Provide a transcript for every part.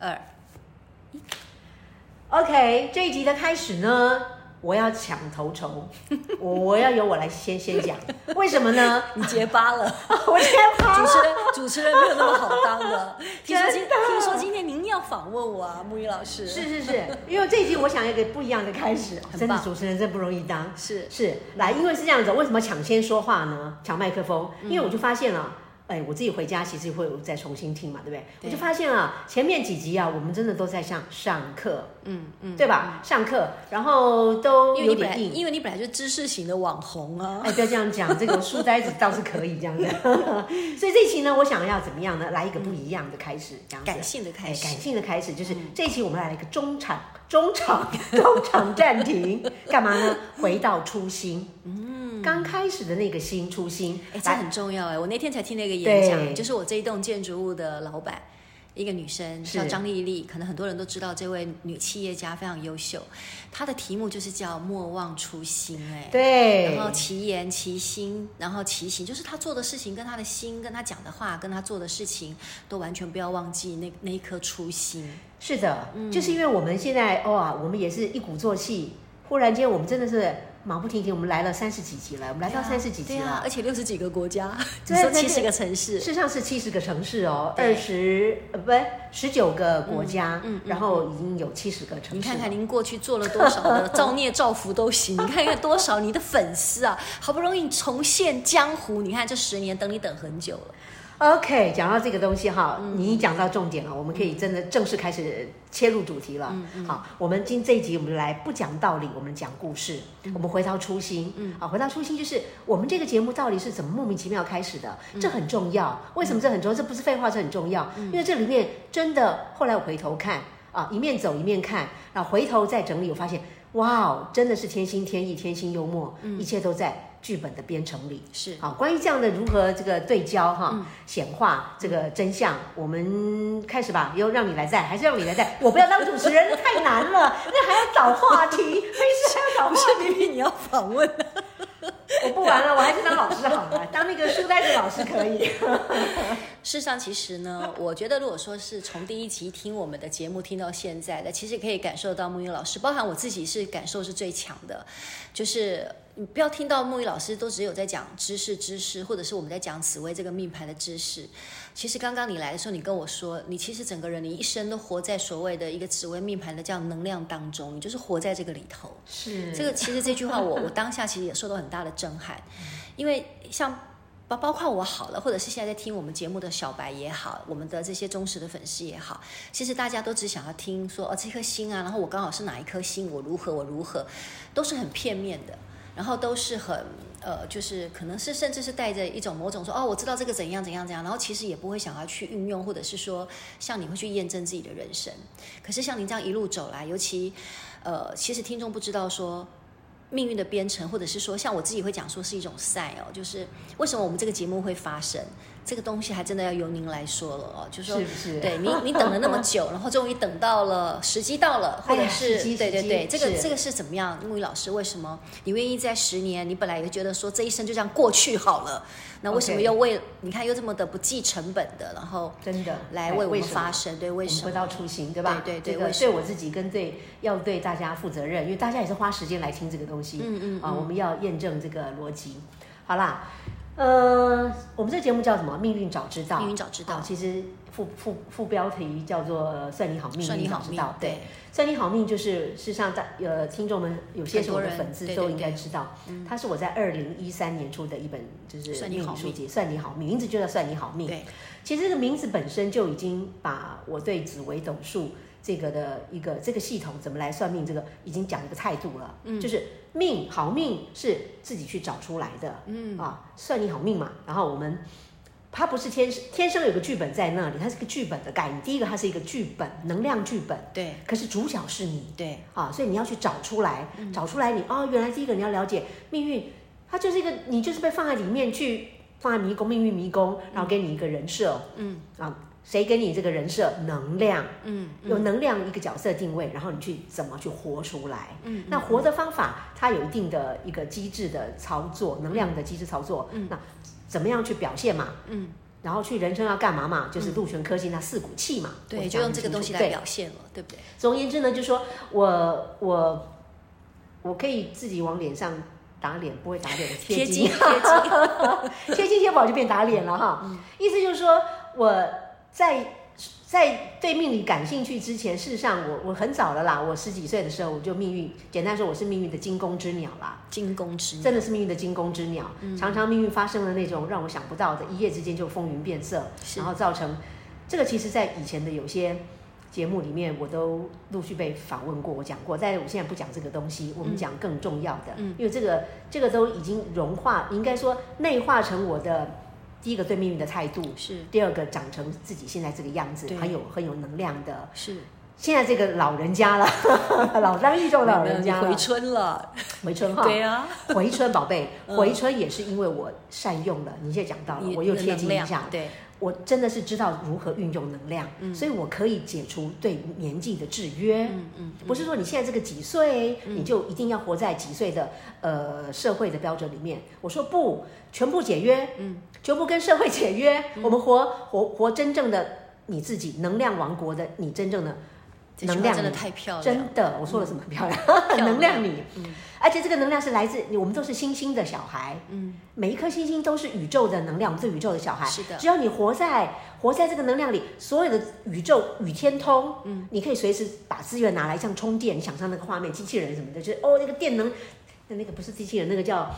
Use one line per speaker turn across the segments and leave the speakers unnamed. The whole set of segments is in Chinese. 二一，OK，这一集的开始呢，我要抢头 筹，我我要由我来先先讲，为什么呢？
你结巴了，
我先
主
跑
持人主持人没有那么好当 的。听说今
真的
听说今天您要访问我啊，木鱼老师
是是是，因为这一集我想要一个不一样的开始，
很
真的
棒
主持人真不容易当。
是
是，来，因为是这样子，为什么抢先说话呢？抢麦克风，
嗯
因为我就发现了。哎，我自己回家其实会有再重新听嘛，对不对？我就发现啊，前面几集啊，我们真的都在上上课，嗯嗯，对吧？上课，然后都
因为
有
你本来
点硬，
因为你本来就是知识型的网红啊。
哎，不要这样讲，这个书呆子 倒是可以这样的。所以这一期呢，我想要怎么样呢？来一个不一样的开始，这样子
感性的开始
哎感性的开始就是、
嗯
这一期我们来了一个中场， 中场，中场 暂停，干嘛呢？回到初心，嗯，刚开始的那个心，初心，
哎、这
来
很重要哎！我那天才听了一个演讲，
对
就是我这一栋建筑物的老板，一个女生
是
叫张丽丽，可能很多人都知道这位女企业家非常优秀。她的题目就是叫“莫忘初心”哎，
对，
然后其言其心，然后其行，就是她做的事情跟她的心、跟她讲的话、跟她做的事情，都完全不要忘记那那一颗初心。
是的，
嗯
就是因为我们现在哇，我们也是一鼓作气，忽然间我们真的是忙不停蹄，我们来了三十几集了，我们来到三十几集
对啊
了，
而且六十几个国家，你
对
说
对
七十
对啊
个城市
事，实上是七十个城市哦，
对
二十呃不十九个国家，
嗯嗯嗯
然后已经有七十个城市。
你看看，您过去做了多少 的造孽造福都行，你看看多少你的粉丝啊，好不容易重现江湖，你看这十年等你等很久了，
OK，讲到这个东西哈，你讲到重点了，我们可以真的正式开始切入主题了。好，我们今这一集我们来不讲道理，我们讲故事，我们回到初心。嗯，好，回到初心就是我们这个节目到底是怎么莫名其妙开始的？这很重要。为什么这很重要？这不是废话，这很重要，因为这里面真的后来我回头看啊，一面走一面看，然后回头再整理，我发现哇哦，真的是天心天意，天心幽默，一切都在剧本的编程里。
是
好，关于这样的如何这个对焦
嗯
哈，显化这个真相，我们开始吧。又让你来在，还是让你来在？ 我不要当主持人，太难了，那还要找话 题，没事还要找
不
话
是明明你要访问的，
我不玩了，我还是当老师好了，当那个书呆子老师可 以。
事实上，其实呢，我觉得如果说是从第一集听我们的节目听到现在的，其实可以感受到木鱼老师，包含我自己是感受是最强的，就是你不要听到木鱼老师都只有在讲知识知识，或者是我们在讲紫薇这个命盘的知识。其实刚刚你来的时候，你跟我说，你其实整个人你一生都活在所谓的一个紫薇命盘的这样能量当中，你就是活在这个里头。
是
这个其实这句话我我当下其实也受到很大的震撼，因为像包包括我好了，或者是现在在听我们节目的小白也好，我们的这些忠实的粉丝也好，其实大家都只想要听说哦这颗星啊，然后我刚好是哪一颗星，我如何我如何，都是很片面的，然后都是很呃，就是可能是甚至是带着一种某种说哦，我知道这个怎样怎样怎样，然后其实也不会想要去运用，或者是说像你会去验证自己的人生。可是像您这样一路走来，尤其呃，其实听众不知道说。命运的编程，或者是说，像我自己会讲说是一种赛哦，就是为什么我们这个节目会发生，这个东西还真的要由您来说了哦，就是说
是不是
对你你等了那么久，然后终于等到 了 时机到了，或
哎呀
者是、
时机
对对
时机
对，这个
是
这个是怎么样？木鱼老师，为什么你愿意在十年？你本来也觉得说这一生就这样过去好了，那为什么
OK
又为你看又这么的不计成本的，然后
真的
来
哎
为我们
什么
发声？对，为
我们
什
回
么？
到初心，对吧？
对对对
这个
为什么
对我自己跟对要对大家负责任，因为大家也是花时间来听这个东西，
嗯嗯
啊，我们要验证这个逻辑。好啦，呃，我们这节目叫什么？命运早知道，
命运早知道
啊其实副副副标题叫做呃“算你好命，
算
命
你
运
好
早知
命
道”，。
对，
算你好命就是，事实上大呃，听众们有些是我的
很多人
粉丝
对对嗯
都应该知道，它是我在二零一三年出的一本就是
算你
命
好
理书
命
籍，算你好命，名字就叫算你好命。
对，
其实这个名字本身就已经把我对紫微斗数这个的一个这个系统怎么来算命这个已经讲一个态度了，嗯，就是命好命是自己去找出来的，嗯啊，算你好命嘛，然后我们。它不是天生天生有个剧本在那里，它是个剧本的概念。第一个，它是一个剧本，能量剧本。
对
可是主角是你
对
啊，所以你要去找出来，
嗯
找出来你哦，原来第一个你要了解命运，它就是一个你就是被放在里面去放在迷宫命运迷宫，
嗯
然后给你一个人设，嗯啊，谁给你这个人设能量？
嗯
有能量一个角色定位，然后你去怎么去活出来？嗯，那活的方法它有一定的一个机制的操作，能量的机制操作，嗯，那怎么样去表现嘛？
嗯，
然后去人生要干嘛嘛？就是禄全科星那四股气嘛，我
对，
讲
就用
很
这个
清
东
楚
西来
对
表现了，对不对？
总而言之呢，就说我我我可以自己往脸上打脸，不会打脸，我贴
金
金
贴金，
贴金贴宝就变打脸了哈。意思就是说我在。在对命理感兴趣之前，事实上我我很早了啦，我十几岁的时候我就命运，简单说我是命运的惊弓之鸟啦，
惊弓之鸟
真的是命运的惊弓之鸟，常常命运发生了那种让我想不到的，一夜之间就风云变色，
是
然后造成这个，其实，在以前的有些节目里面，我都陆续被访问过，我讲过，但我现在不讲这个东西，我们讲更重要的，因为这个这个都已经融化，应该说内化成我的第一个对命运的态度，
是
第二个长成自己现在这个样子，
对
很有很有能量的。
是，
现在这个老人家了， 老当益壮的老人
你
家了
回，春了，
回春哈，
对啊，
回春宝贝，
嗯
回春也是因为我善用了，你现在讲到了
你，
我又
的
贴
能
近一
量
下，
对，
我真的是知道如何运用能量，所以我可以解除对年纪的制约。
嗯嗯，
不是说你现在这个几岁，你就一定要活在几岁的呃社会的标准里面。我说不，全部解约，嗯，全部跟社会解约，
嗯
我们活活活真正的你自己，能量王国的你真正的
这句
能
话
量
真的
你
太漂亮了，
真的，我说了什么漂亮？
亮 嗯
能量你，而且这个能量是来自我们都是星星的小孩，嗯，每一颗星星都是宇宙的能量，我们是宇宙的小孩。
是的
只要你活在活在这个能量里，所有的宇宙与天通，嗯，你可以随时把资源拿来像充电，你想象那个画面，机器人什么的，就是哦，那个电能，那那个不是机器人，那个叫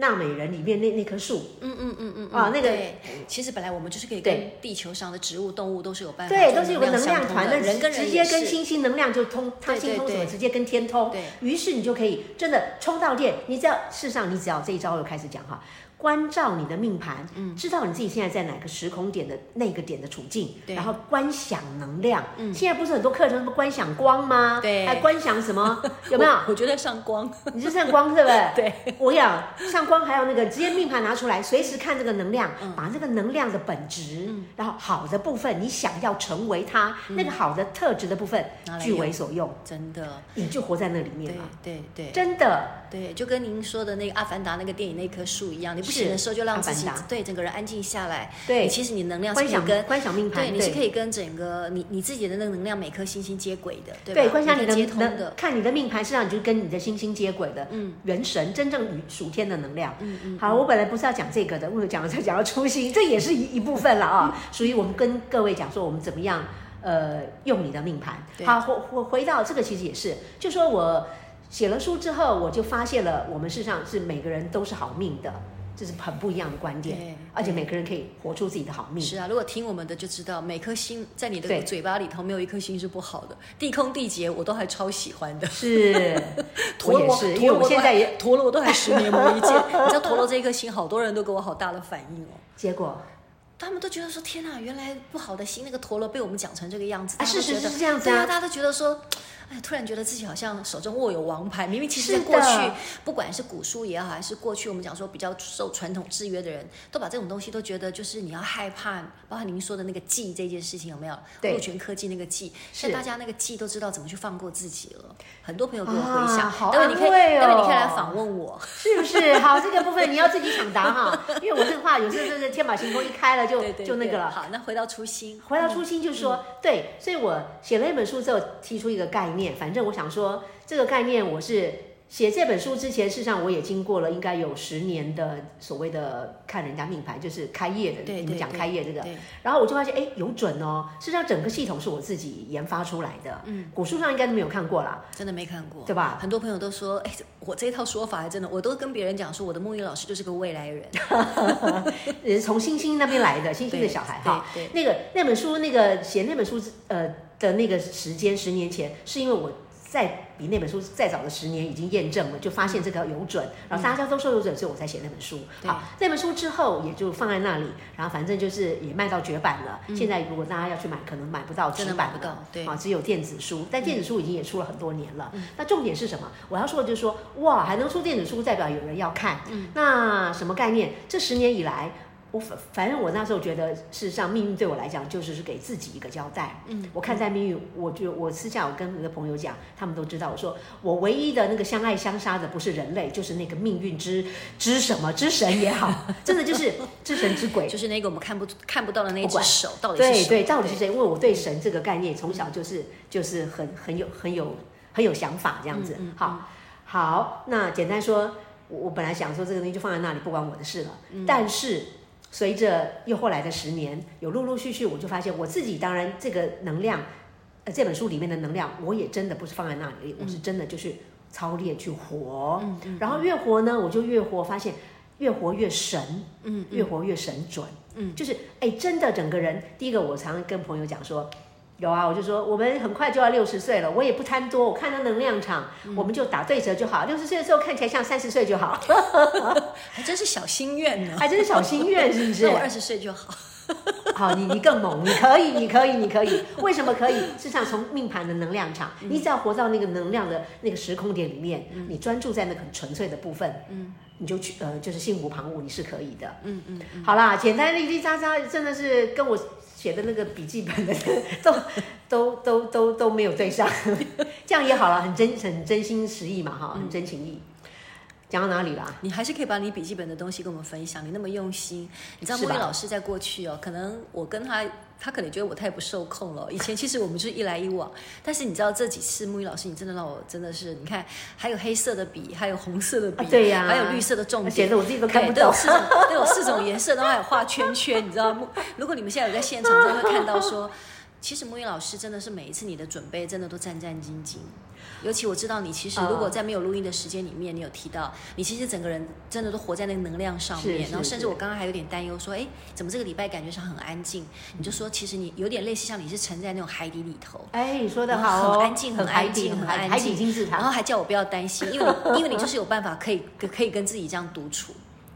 纳美人里面那那棵树，
嗯嗯嗯嗯，
啊
嗯
那个
对其实本来我们就是可以跟
对
地球上的植物、动物都是有办法，
对，都是有个能
能
量团，
相通
那
的，人跟人
直
也
接跟
是
星星能量就通，它
对对
星通什么
对
直接跟天通
对，
于是你就可以真的充到电。你只要事实上，你只要这一招又开始讲哈，关照你的命盘，
嗯
知道你自己现在在哪个时空点的那个点的处境，
对嗯
然后观想能量。现在不是很多课程什么观想光吗？
对
还观想 什么？有没有？
我觉得上光，
你就上光是不是？
对，
我想上光还有那个直接命盘拿出来，随时看这个能量，
嗯
把这个能量的本质，然后好的部分，你想要成为它、那个好的特质的部分
嗯拿，来
据为所用，
真 的，
你就活在那里面
对
了。
对对
真的，
对，就跟您说的那个《阿凡达》那个电影那棵树一样，你不
是
行的时候就让自己
阿凡达
对整个人安静下来。
对
你其实你能量是
观
可以
想
跟
观想命盘，
对，你是可以跟整个你你自己的那个能量每颗星星接轨的，对吧？
对，观想你
可
的
以接通
能
的，
看你的命盘，实际上你就跟你的星星接轨的，嗯，元神真正与属天的能量。嗯嗯。好，我本来不是要讲这个的，为了讲了才讲到初心，这也是一一部分了啊、
嗯
属于我们跟各位讲说，我们怎么样呃用你的命盘。
对
好，回回回到这个，其实也是，就说我写了书之后，我就发现了，我们事实上是每个人都是好命的，这是很不一样的观
对
点，而且每个人可以活出自己的好命。
是啊，如果听我们的就知道，每颗星在你的
对
嘴巴里头没有一颗星是不好的，地空地劫我都还超喜欢的。
是，我也是，因为
陀螺
我现在
都还
也
陀螺都还十年磨一剑，你知道陀螺这一颗星，好多人都给我好大的反应哦。
结果。
他们都觉得说：“天哪，原来不好的心那个陀螺被我们讲成这个样子。大
啊
家都
是是
觉得
是这样子啊
对大家都觉得说。哎，突然觉得自己好像手中握有王牌，明明其实在
是的
过去，不管是古书也好，还是过去我们讲说比较受传统制约的人，都把这种东西都觉得就是你要害怕，包括您说的那个忌这件事情有没有？
对
陆权科技那个忌，
是
现在大家那个忌都知道怎么去放过自己了。很多朋友给我回
啊
想，
好
待会你可以，
安慰哦
待会你可以来访问我。
是不是？好，这个部分你要自己抢答哈，因为我这个话有时候就是天马行空，一开了就
对 对，嗯
就那
对
个了。
好，那回到初 心，
回到初心，就说、对，所以我写了一本书之后，提出一个概念，反正我想说这个概念，我是写这本书之前，事实上我也经过了应该有十年的所谓的看人家命盘，就是开业的，
对对
你们讲
对
开业这个，
对
然后我就发现，哎，有准哦，事实上整个系统是我自己研发出来的，嗯，古书上应该都没有看过啦，
真的没看过，
对吧
很多朋友都说，哎，我这一套说法还真的，我都跟别人讲说，我的梦玉老师就是个未来人，
也是从星星那边来的，星星的
对
小孩哈。
对
那个那本书，那个写那本书之呃的那个时间，十年前，是因为我在比那本书再早的十年已经验证了，就发现这个有准，然后大家都说有准，所以我才写那本书。
对
好，那本书之后也就放在那里，然后反正就是也卖到绝版了。现在如果大家要去买，可能买不到
真
纸
的
版
买不
了
到对
啊，只有电子书。但电子书已经也出了很多年了。那重点是什么？我要说的就是说，哇，还能出电子书，代表有人要看。那什么概念？这十年以来。我反反正我那时候觉得，事实上命运对我来讲就是是给自己一个交代。嗯，我看待命运，我就我私下我跟我的朋友讲，他们都知道，我说我唯一的那个相爱相杀的不是人类，就是那个命运之之什么之神也好， 真的就是之神之鬼，
就是那个我们看不看不到的那
不
只
管
手到底是
对
什
对，
么
到底是谁？因为我对神这个概念从小就是就是很很有很有很有想法这样子。好，好，那简单说，我我本来想说这个东西就放在那里不关我的事了，但是。随着又后来的十年，有陆陆续续，我就发现我自己当然这个能量，呃，这本书里面的能量，我也真的不是放在那里，我是真的就是操练去活，然后越活呢，我就越活，发现越活越神，嗯，越活越神准，嗯，就是哎，真的整个人，第一个我常跟朋友讲说。有啊，我就说我们很快就要六十岁了，我也不贪多，我看到能量场，我们就打对折就好。六十岁的时候看起来像三十岁就好，
还真是小心愿呢。
还真是小心愿，是 不是
那？我二十岁就好。
好，你你更猛，你可以，你可以，你可以。为什么可以？事实上，从命盘的能量场，你只要活到那个能量的那个时空点里面，你专注在那个很纯粹的部分，嗯，你就去呃，就是心无旁骛，你是可以的。嗯嗯。好啦，简单哩哩喳喳，真的是跟我写的那个笔记本的 都都都都都没有对上， 这样也好了，很真很真心实意嘛哈，很真情意。讲到哪里啦？
你还是可以把你笔记本的东西跟我们分享，你那么用心。你知道
是
莫
吧
莉老师在过去哦，可能我跟他，他可能觉得我太不受控了。以前其实我们就是一来一往，但是你知道这几次莫莉老师，你真的让我真的是，你看还有黑色的笔，还有红色的笔，
啊对呀
还有绿色的重
写
点
的。我自己都看不
对都
懂
有。四种，都有四种颜色，然后还有画圈圈，你知道吗？如果你们现在有在现场，真的会看到说，其实木鱼老师真的是每一次你的准备真的都战战兢兢。尤其我知道你其实
啊
如果在没有录音的时间里面，你有提到你其实整个人真的都活在那个能量上
是
面，
是
然后甚至
是
我刚刚还有点担忧说，哎，怎么这个礼拜感觉上很安静？你就说其实你有点类似像你是沉在那种海底里头，
哎，你说的
然
好
后
哦，
很安静，很
海
安
底，
静，
很哦
很
海
安
底
静，
海底金字
然后
塔。
还叫我不 要担心，因为你因为你就是有办法可以可以跟自己这样独处，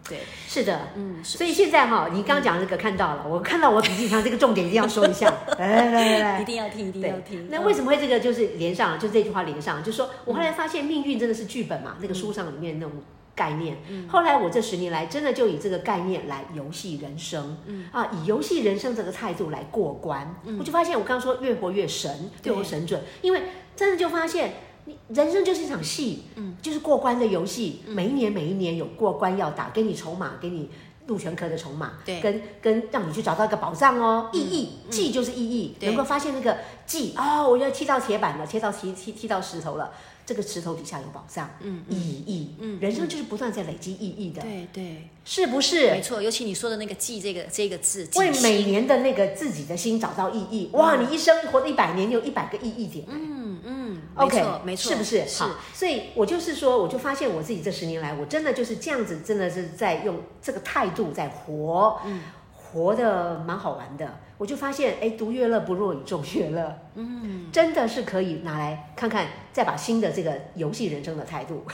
对，
是的，
嗯，是
所以现在哈、你刚刚讲这个看到了，我看到我笔记上这个重点一定要说一下。来来来
一
来，
定要听，一定要
对
听。，嗯
那为
么？
什么会这个就是连上了？就这句话连上了，就说我后来发现命运真的是剧本嘛，那个书上里面那种。概念，
嗯
后来我这十年来真的就以这个概念来游戏人生，
嗯
啊，以游戏人生这个态度来过关，我就发现我刚刚说越活越神，
对
越活神准，因为真的就发现你人生就是一场戏，嗯，就是过关的游戏，
嗯
每一年每一年有过关要打，给你筹码，给你陆全科的筹码，
对
跟跟让你去找到一个宝藏哦，意义，记就是意义，
对
能够发现那个记哦，我要踢到铁板了，踢到踢踢踢到石头了。这个石头底下有宝藏，嗯，意义，嗯，人生就是不断在累积意义的，
对对，
是不
没
是？
错。尤其你说的那个“记”这个这个字，
为
记事
每年的那个自己的心找到意义，哇，你一生活了一百年，你有一百个意义点，
嗯嗯，没
OK，
错没错，
是不是？
是
好，所以我就是说，我就发现我自己这十年来，我真的就是这样子，真的是在用这个态度在活，嗯，活的蛮好玩的。我就发现，哎，独乐乐不若以众乐乐，嗯，真的是可以拿来看看，再把新的这个游戏人生的态度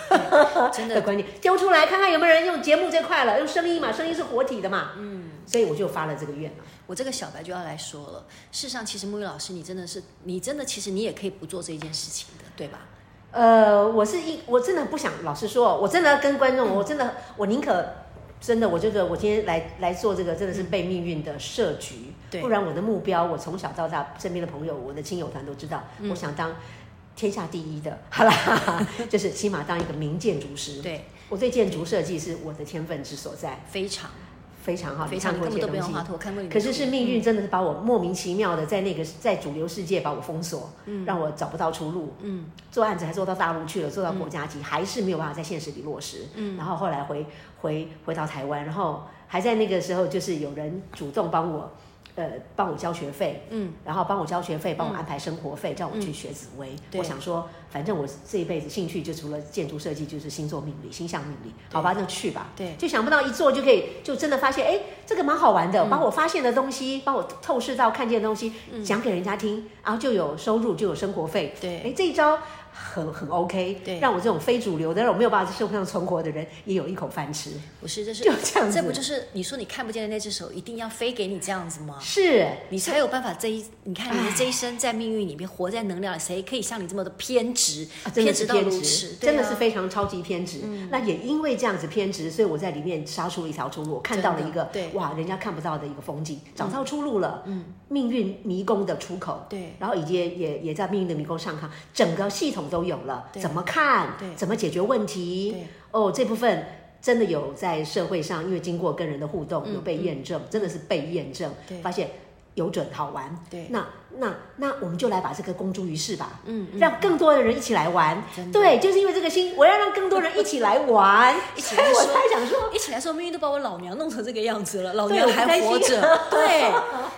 真
的
的
观念丢出来，看看有没有人用节目这块了，用声音嘛，声音是活体的嘛，嗯，所以我就发了这个愿了。
我这个小白就要来说了。事实上，其实木鱼老师，你真的是，你真的其实你也可以不做这一件事情的，对吧？
呃，我是一，我真的不想，老实说，我真的跟观
嗯
众，我真的，我宁可真的，我觉得我今天来来做这个，真的是被命运的设局。
对
不然我的目标，我从小到大身边的朋友，我的亲友团都知道，
嗯
我想当天下第一的， 好啦，就是起码当一个名建筑师。，
对，
我对建筑设计是我的天分之所在，
非常
非常好，
非常，
你
你根
看过
本
这
都
些
不
东
用
西
画。图，我看过你的
可是
作
是
品
命运真的是把我莫名其妙的在那个在主流世界把我封锁，让我找不到出路。
嗯，
做案子还做到大陆去了，做到国家级，还是没有办法在现实里落实。嗯，然后后来回回回到台湾，然后还在那个时候，就是有人主动帮我，呃，帮我交学费，
嗯，
然后帮我交学费，帮我安排生活费，叫我去学紫薇。
对
我想说，反正我这一辈子兴趣就除了建筑设计，就是星座命理、星象命理，好吧，那去吧。
对
就想不到一做就可以，就真的发现，哎，这个蛮好玩
嗯
的，把我发现的东西，把我透视到看见的东西，讲给人家听，然后就有收入，就有生活费。
对
哎，这一招很很 OK，
对
让我这种非主流的、让我没有办法在社会上存活的人也有一口饭吃。
不是，这是
就这样子
这不就是你说你看不见的那只手一定要飞给你这样子吗？
是，
你才有办法这一，你看你的这一生在命运里面活在能量里，谁可以像你这么的偏执，
啊真的
执
是
到
偏
如
执
此，，对啊嗯
真的是非常超级偏执。那也因为这样子偏执，所以我在里面杀出了一条出路，我看到了一个
真的对
哇，人家看不到的一个风景，找到出路了，嗯，命运迷宫的出口，
对
然后以及也也也在命运的迷宫上看，整个系统都有了，
对
怎么看
对，
怎么解决问题
对，
哦，这部分。真的有在社会上，因为经过跟人的互动，有被验证，真的是被验证
嗯对，
发现有准好玩。
对
那那那我们就来把这个公诸于世吧。
嗯嗯
让更多的人一起来玩
真。的
对，就是因为这个心，我要让更多人一起来玩，
一起
所
来
以我
说
才想说，
一起来说，命运都把我老娘弄成这个样子了，老
对
娘
我不
还
开
活
心
着。对，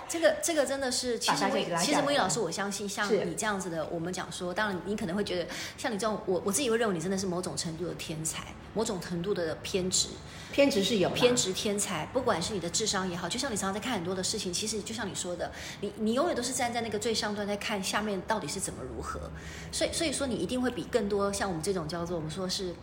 这个这个真的是，其
把
实
大家
孟
给拉
其
下
实
来
孟玉老师，我相信像
是
你这样子的，我们讲说，当然你可能会觉得，像你这种，我我自己会认为你真的是某种程度的天才，某种程度的偏执。
偏执是有啦
偏，执天才，不管是你的智商也好，就像你常常在看很多的事情，其实就像你说的，你你永远都是站在那个最上端在看下面到底是怎么如何，所以所以说你一定会比更多像我们这种叫做我们说是，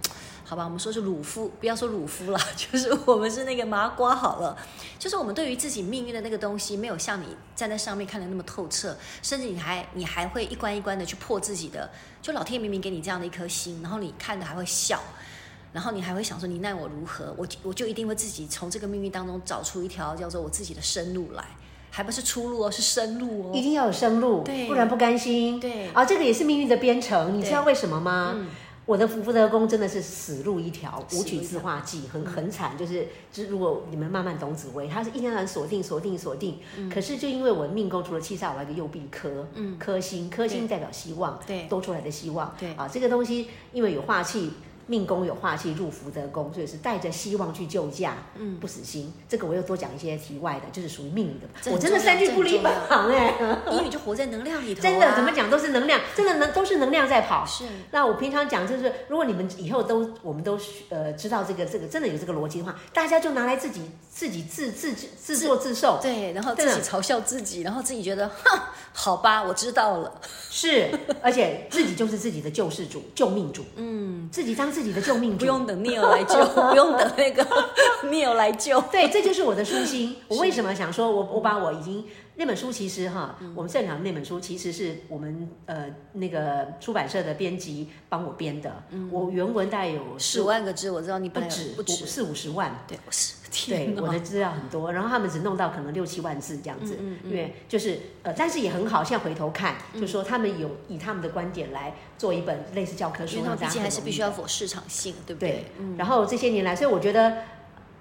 好吧，我们说是鲁夫，不要说鲁夫了， 就是我们是那个麻瓜好了，就是我们对于自己命运的那个东西，没有像你站在上面看的那么透彻，甚至你还你还会一关一关的去破自己的，就老天明明给你这样的一颗心，然后你看的还会笑。然后你还会想说你奈我如何？我就我就一定会自己从这个命运当中找出一条叫做我自己的生路来，还不是出路哦，是生路
一
哦。
定要有生路，
对
不然不甘心。
对
啊，这个也是命运的编程，你
对
知道为什么吗？
嗯
我的福德宫真的是死路一条，
死路
舞
一条
曲自化记很很惨，就是就是如果你们慢慢懂紫薇，它是一天到晚锁定锁定锁定，可是就因为我的命宫除了七煞，我还有一个右臂科，
嗯
科星，科星代表希望，
对
多出来的希望，
对
啊，这个东西因为有化气。命宫有化气入福德宫，所以是带着希望去救驾，
嗯
不死心。这个我又多讲一些题外的，就是属于命理
这
的。
很
我真的
重要
三句不离
这很重
本
要
行哎、
因为你就活在能量里头、啊，
真的怎么？讲都是能量，真的能都是能量在跑。
是
那我平常讲就是，如果你们以后都我们都呃知道这个这个真的有这个逻辑的话，大家就拿来自己自己自自自自作自受。
对，然后
真
自
的
己嘲笑自己，然后自己觉得，哼，好吧，我知道 了。
是，而且自己就是自己的救世主、救命主。嗯，自己当自己的救命主。
不用等 Neil 来 救，不用等那个 Neil 来救。
对，这就是我的舒心。我为什么想说我，我把我已经那本书其实哈，我们正常那本书其实是我们呃那个出版社的编辑帮我编的。我原文大概有
十万个知，我知道你
不
本来有
止
不止，
四五十万。
对，我是
对
天，
我的
哪，
资料很多，然后他们只弄到可能六七万字这样子，
嗯
因为就是呃，但是也很好。现在回头看，就说他们有以他们的观点来做一本类似教科
因
书，
为他们
让大
毕
家
竟还是
很容
必
易
须要嗯符合市场性，对不
对
对？，
然后这些年来，所以我觉得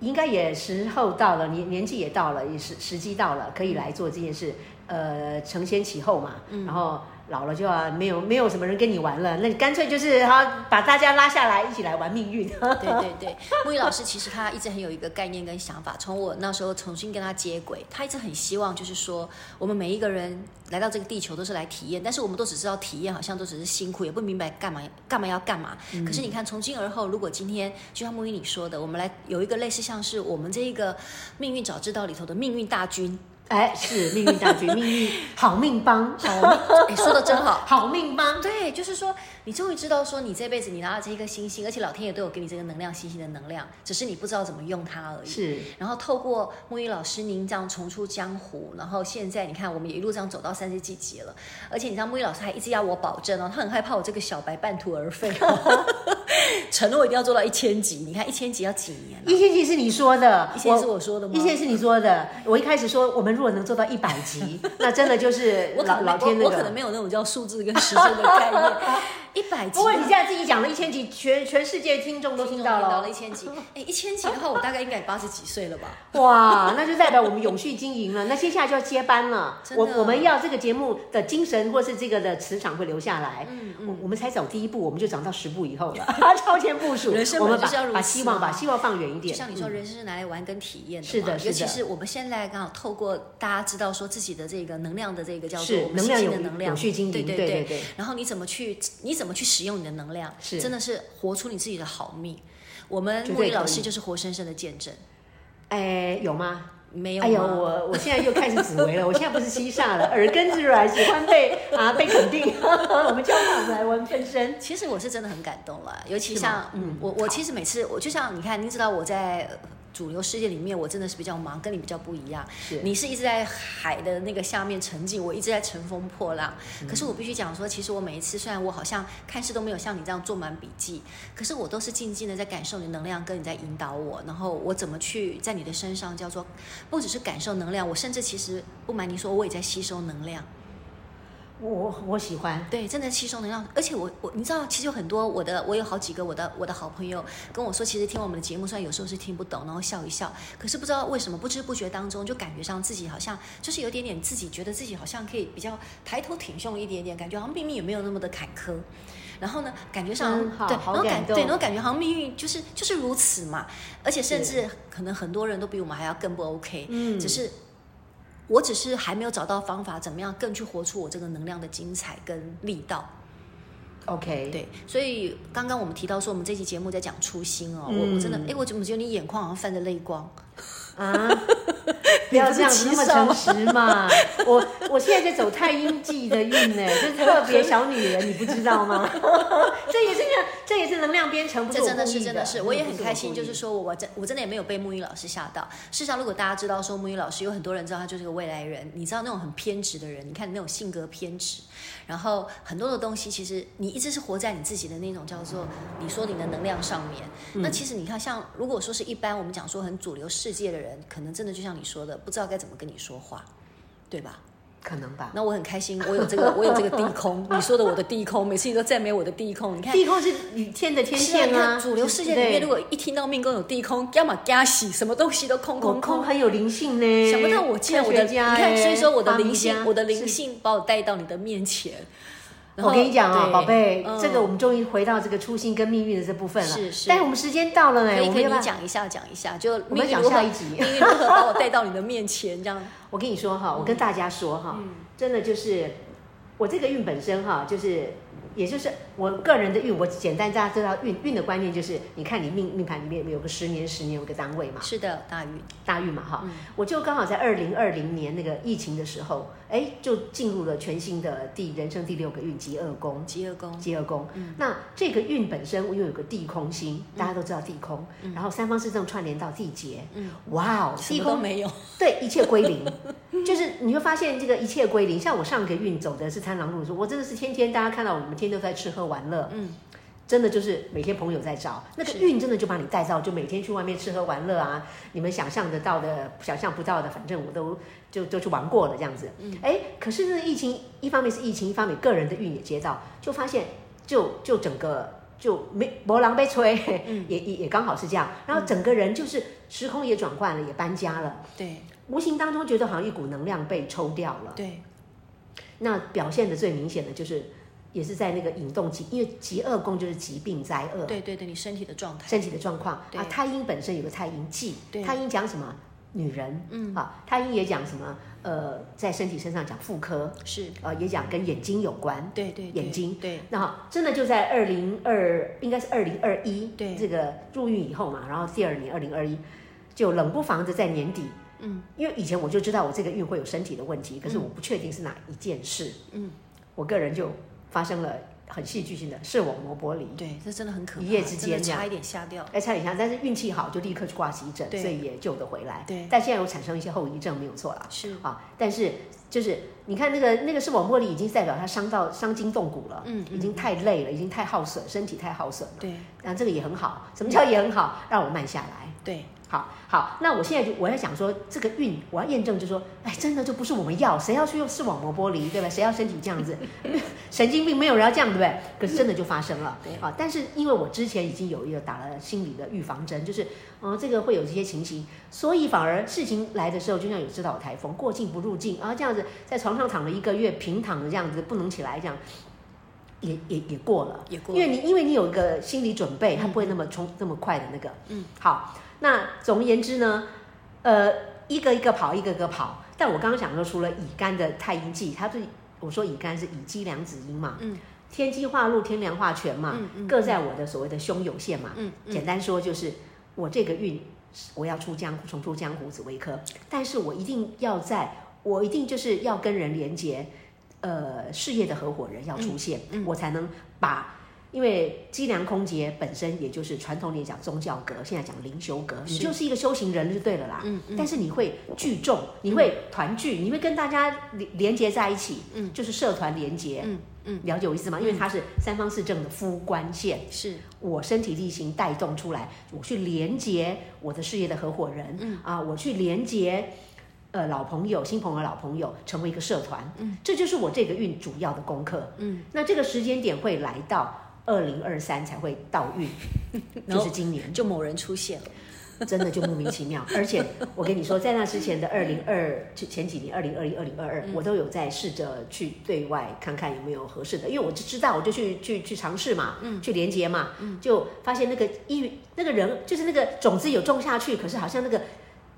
应该也时候到了，年年纪也到了，也时时机到了，可以来做这件事。呃，承先启后嘛，
嗯
然后老了就要没有没有什么人跟你玩了，那你干脆就是好把大家拉下来一起来玩命运。
对对对， 木鱼老师其实他一直很有一个概念跟想法，从我那时候重新跟他接轨，他一直很希望就是说，我们每一个人来到这个地球都是来体验，但是我们都只知道体验，好像都只是辛苦，也不明白干嘛干嘛要干嘛。可是你看，从今而后，如果今天就像木鱼你说的，我们来有一个类似像是我们这一个命运早知道里头的命运大军，
哎，是命运大局，命运好命 帮， 好命
哎，说的真好。
好命帮。
对，就是说，你终于知道说你这辈子你拿了这一颗星星，而且老天爷都有给你这个能量星星的能量，只是你不知道怎么用它而已。
是
然后透过木鱼老师您这样重出江湖，然后现在你看我们也一路这样走到三十几集了，而且你知道木鱼老师还一直要我保证哦，他很害怕我这个小白半途而废、哦， 承诺一定要做到一千集。你看一千集要几年啊、
一千集是你说的，
一千是我说的吗
一千是你说的。我一开始说，我们如果能做到一百 集，那真的就是
我可
老
能
老天那
我
个。
我可能没有那种叫数字跟时间的概 念，一百集
不。过你现在自己讲了一千集，全全世界听众都听到
到
了哦
了一。千集，哎，一千集的话，我大概应该八十几岁了吧？
哇，那就代表我们永续经营了。那接下来就要接班了。
真的
我我们要这个节目的精神或是这个的磁场会留下来。嗯我我们才走第一步，我们就长到十步以后了， 超前部署。
人生
我
本来
们把
就是要如此
把希望
嘛
把希望放远一点。嗯
就像你说，人生是拿来玩跟体验的嘛。
是的
尤
是
其
的
是我们现在刚好透过大家知道说自己的这个能量的这个叫做
是
我们
能
新
量
兴
有
的能量，
有序经营
对对
对对对
然后你怎么去你怎么去使用你的能量，
是
真的是活出你自己的好命。我们
绝
木
对
易老
可以
师就是活生生的见证。
哎，有吗？
没有吗？
哎呦，我我现在又开始紫薇了，我现在不是西煞了， 耳根子软，喜欢被啊被肯定。 我们交换来玩分身，
其实我是真的很感动了，尤其
是吗
像
嗯
嗯，我我其实每次我就像你看，您知道我在呃主流世界里面，我真的是比较忙，跟你比较不一样。
是
你是一直在海的那个下面沉浸，我一直在乘风破浪。
嗯
可是我必须讲说，其实我每一次虽然我好像看似都没有像你这样做满笔记，可是我都是静静的在感受你的能量，跟你在引导我，然后我怎么去在你的身上叫做不只是感受能量，我甚至其实不瞒你说，我也在吸收能量。
我我喜欢。
对，真的吸收能量，而且我我你知道，其实有很多我的，我有好几个我的我的好朋友跟我说，其实听我们的节目，虽然有时候是听不懂，然后笑一笑，可是不知道为什么，不知不觉当中就感觉上自己好像就是有点点自己觉得自己好像可以比较抬头挺胸一点点，感觉好像命运也没有那么的坎坷。然后呢，感觉上、
嗯好
对，
好
然后
感
感
动
对，然后感觉好像命运就是就是如此嘛，而且甚
是
至可能很多人都比我们还要更不 OK，
嗯
只是我只是还没有找到方法，怎么样更去活出我这个能量的精彩跟力道。
OK，，
对，所以刚刚我们提到说，我们这期节目在讲初心哦，
嗯
我我真的，哎，我怎么觉得你眼眶好像泛着泪光？
啊，不要这样子
你
那
不
么
是
诚实嘛！我我现在在走太阴记的运 呢，就是特别小女人，你不知道吗？ 这也是能这也是能量编程，不是
这
我
真的
故
是
意
真的是，我也很开心，
不
就
我
是
故意
说我我真我真的也没有被沐浴老师吓到。事实上，如果大家知道说沐浴老师，有很多人知道他就是个未来人，你知道那种很偏执的人，你看那种性格偏执，然后很多的东西其实你一直是活在你自己的那种叫做你说你的能量上面。那其实你看，像如果说是一般我们讲说很主流世界的人，可能真的就像你说的，不知道该怎么跟你说话，对吧？
可能吧。
那我很开心，我有这个，我有这个地空。你说的我的地空，每次你都赞美我的地空。你看，
地空是雨天的天线
是啊你
啊，
看主流世界里
对
面，如果一听到命宫有地空，要么加喜，什么东西都空
我
空
空
空。
很有灵性呢，
想不到我竟然我的，
科学
你
家
看，
欸
所以说我的
发明
灵性
家，
我的灵
是
性把我带到你的面前。然
我
后
跟你讲啊，
对
宝贝，
嗯
这个我们终于回到这个初心跟命运的这部分了。
是是
但我们时间到了
可
哎，
以
我
可
们
以
要不
你
要？
讲一下，讲一下，就
我们
命运
讲
如何
下一集
命运如何把我带到你的面前， 这样。
我跟你说哈，我跟大家说哈，
嗯
真的就是我这个运本身哈，就是也就是我个人的运，我简单大家知道运运的观念就是，你看你命命盘里面有个十年，十年有个单位嘛，
是的，大运
大运嘛哈，
嗯
我就刚好在二零二零年那个疫情的时候，哎，就进入了全新的第人生第六个运吉二宫。
极恶宫，
吉二宫，
嗯
那这个运本身又有个地空星，大家都知道地空，然后三方四正串联到地劫，
嗯，
哇哦，
什
地
么都
空
没有。
对，一切归零， 就是你会发现这个一切归零。像我上个运走的是贪狼路，说我真的是天天大家看到我们天天都在吃喝玩乐，
嗯，
真的就是每天朋友在找，那个
是
运真的就把你带到，就每天去外面吃喝玩乐啊，你们想象得到的、想象不到的，反正我都就都去玩过了这样子。嗯，哎，可是呢，疫情一方面是疫情，一方面个人的运也接到，就发现就就整个就没没狼被吹，
嗯
也也也刚好是这样，然后整个人就是时空也转换了，也搬家了。
对
无形当中觉得好像一股能量被抽掉了。
对，
那表现的最明显的就是，也是在那个引动疾，因为疾厄宫就是疾病灾厄，
对对对，你身体的状态。
身体的状况
对
啊。太阴本身有个太阴忌
对，
太阴讲什么？女人，嗯，啊，太阴也讲什么？呃，在身体身上讲妇科，
是，
呃，也讲跟眼睛有关。
对对，
眼
对
睛
对
那好，真的就在二零二，应该是二零二一，
对
这个入狱以后嘛，然后第二年二零二一，就冷不防的在年底，
嗯，
因为以前我就知道我这个运会有身体的问题，可是我不确定是哪一件事，
嗯，
我个人就发生了很戏剧性的视网膜剥离，
对，这真的很可怕，
一夜之
真的
间这样
差一点吓掉。
哎，差点想，但是运气好就立刻去挂急诊，
对
所以也救得回来，
对
但现在有产生一些后遗症，没有错啦，
是，
啊，但是就是你看那个那个视网膜剥离已经代表他伤到伤筋动骨了，
嗯
已经太累了，已经太耗损，身体太耗损了。
对
然后这个也很好，什么叫也很好？让我慢下来。
对，
好好，那我现在就我要想说，这个运我要验证，就说，哎，真的就不是我们要，谁要去用视网膜剥离，对吧？谁要身体这样子，神经病没有人要这样，对不对？可是真的就发生了，
嗯对
啊。但是因为我之前已经有一个打了心理的预防针，就是，嗯，这个会有这些情形，所以反而事情来的时候，就像有知道有台风，过境不入境啊，这样子在床上躺了一个月，平躺的这样子，不能起来这样。也也也过了，
也过
因
了嗯
为你因为你有一个心理准备，它不会那么冲、那么快的那个。嗯，好，那总而言之呢，呃，一个一个跑，一个一个跑。但我刚刚讲说，除了乙肝的太阴剂，它是我说乙肝是乙基两子阴嘛，
嗯，
天机化禄，天梁化权嘛，
嗯嗯
各在我的所谓的胸有限嘛。
嗯嗯
简单说就是我这个运我要出江湖，重出江湖，紫薇科，但是我一定要在，我一定就是要跟人连接，呃，事业的合伙人要
嗯
出现，我才能把。因为计量空姐本身也就是传统里讲宗教格，现在讲灵修格，你就是一个修行人就对了啦。
嗯嗯
但是你会聚众，你会团聚，你会跟大家连连接在一起，嗯，就是社团连接，
嗯嗯，
了解我意思吗？因为它是三方四正的夫官线，
是
我身体力行带动出来，我去连接我的事业的合伙人，嗯啊，我去连接。呃，老朋友、新朋友、老朋友，成为一个社团，嗯，这就是我这个运主要的功课，嗯，那这个时间点会来到二零二三才会到 运，就是今年，
就某人出现了，
真的就莫名其妙。而且我跟你说，在那之前的二零二前几年，二零二一、二零二
嗯
二，我都有在试着去对外看看有没有合适的，因为我就知道，我就去去去尝试嘛，
嗯
去连接嘛，就发现那个一那个人就是那个种子有种下去，可是好像那个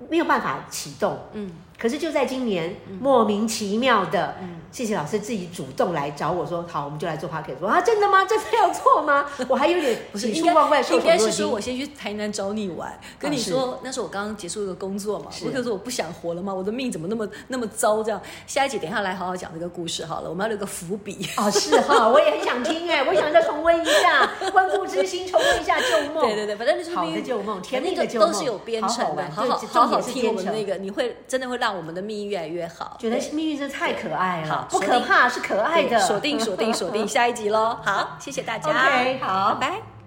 没有办法启动，
嗯
可是就在今年，莫名其妙的，
嗯
谢谢老师自己主动来找我说，好，我们就来做 p o c k e t 说啊，真的吗？真的要做吗？我还有点 喜
应
出
该
望外，受
应
宠
该
若
是说
惊。
我先去台南找你玩，跟
啊
你
是
说、那时候我刚刚结束一个工作嘛，
是
我就说我不想活了嘛，我的命怎么那么那么糟这样？下一集等一下来好好讲这个故事好了，我们要留个伏笔。
哦，是哈、我也很想听哎，我想再重温一 下《温故知新》，重温一下旧梦。
对对对，反正就是
好
命
的旧梦，甜蜜
那
的
个
旧梦，
都是有编程
好好
的，
玩，
好
对
好
重
好好
点是
听我
编
们
程
那。个，你会真的会让我们的命运越来越好。
觉得命运真的太可爱了
好，
不可怕，是可爱
对
的。
锁定锁定锁定，下一集喽。好，谢谢大家
OK，好
拜拜。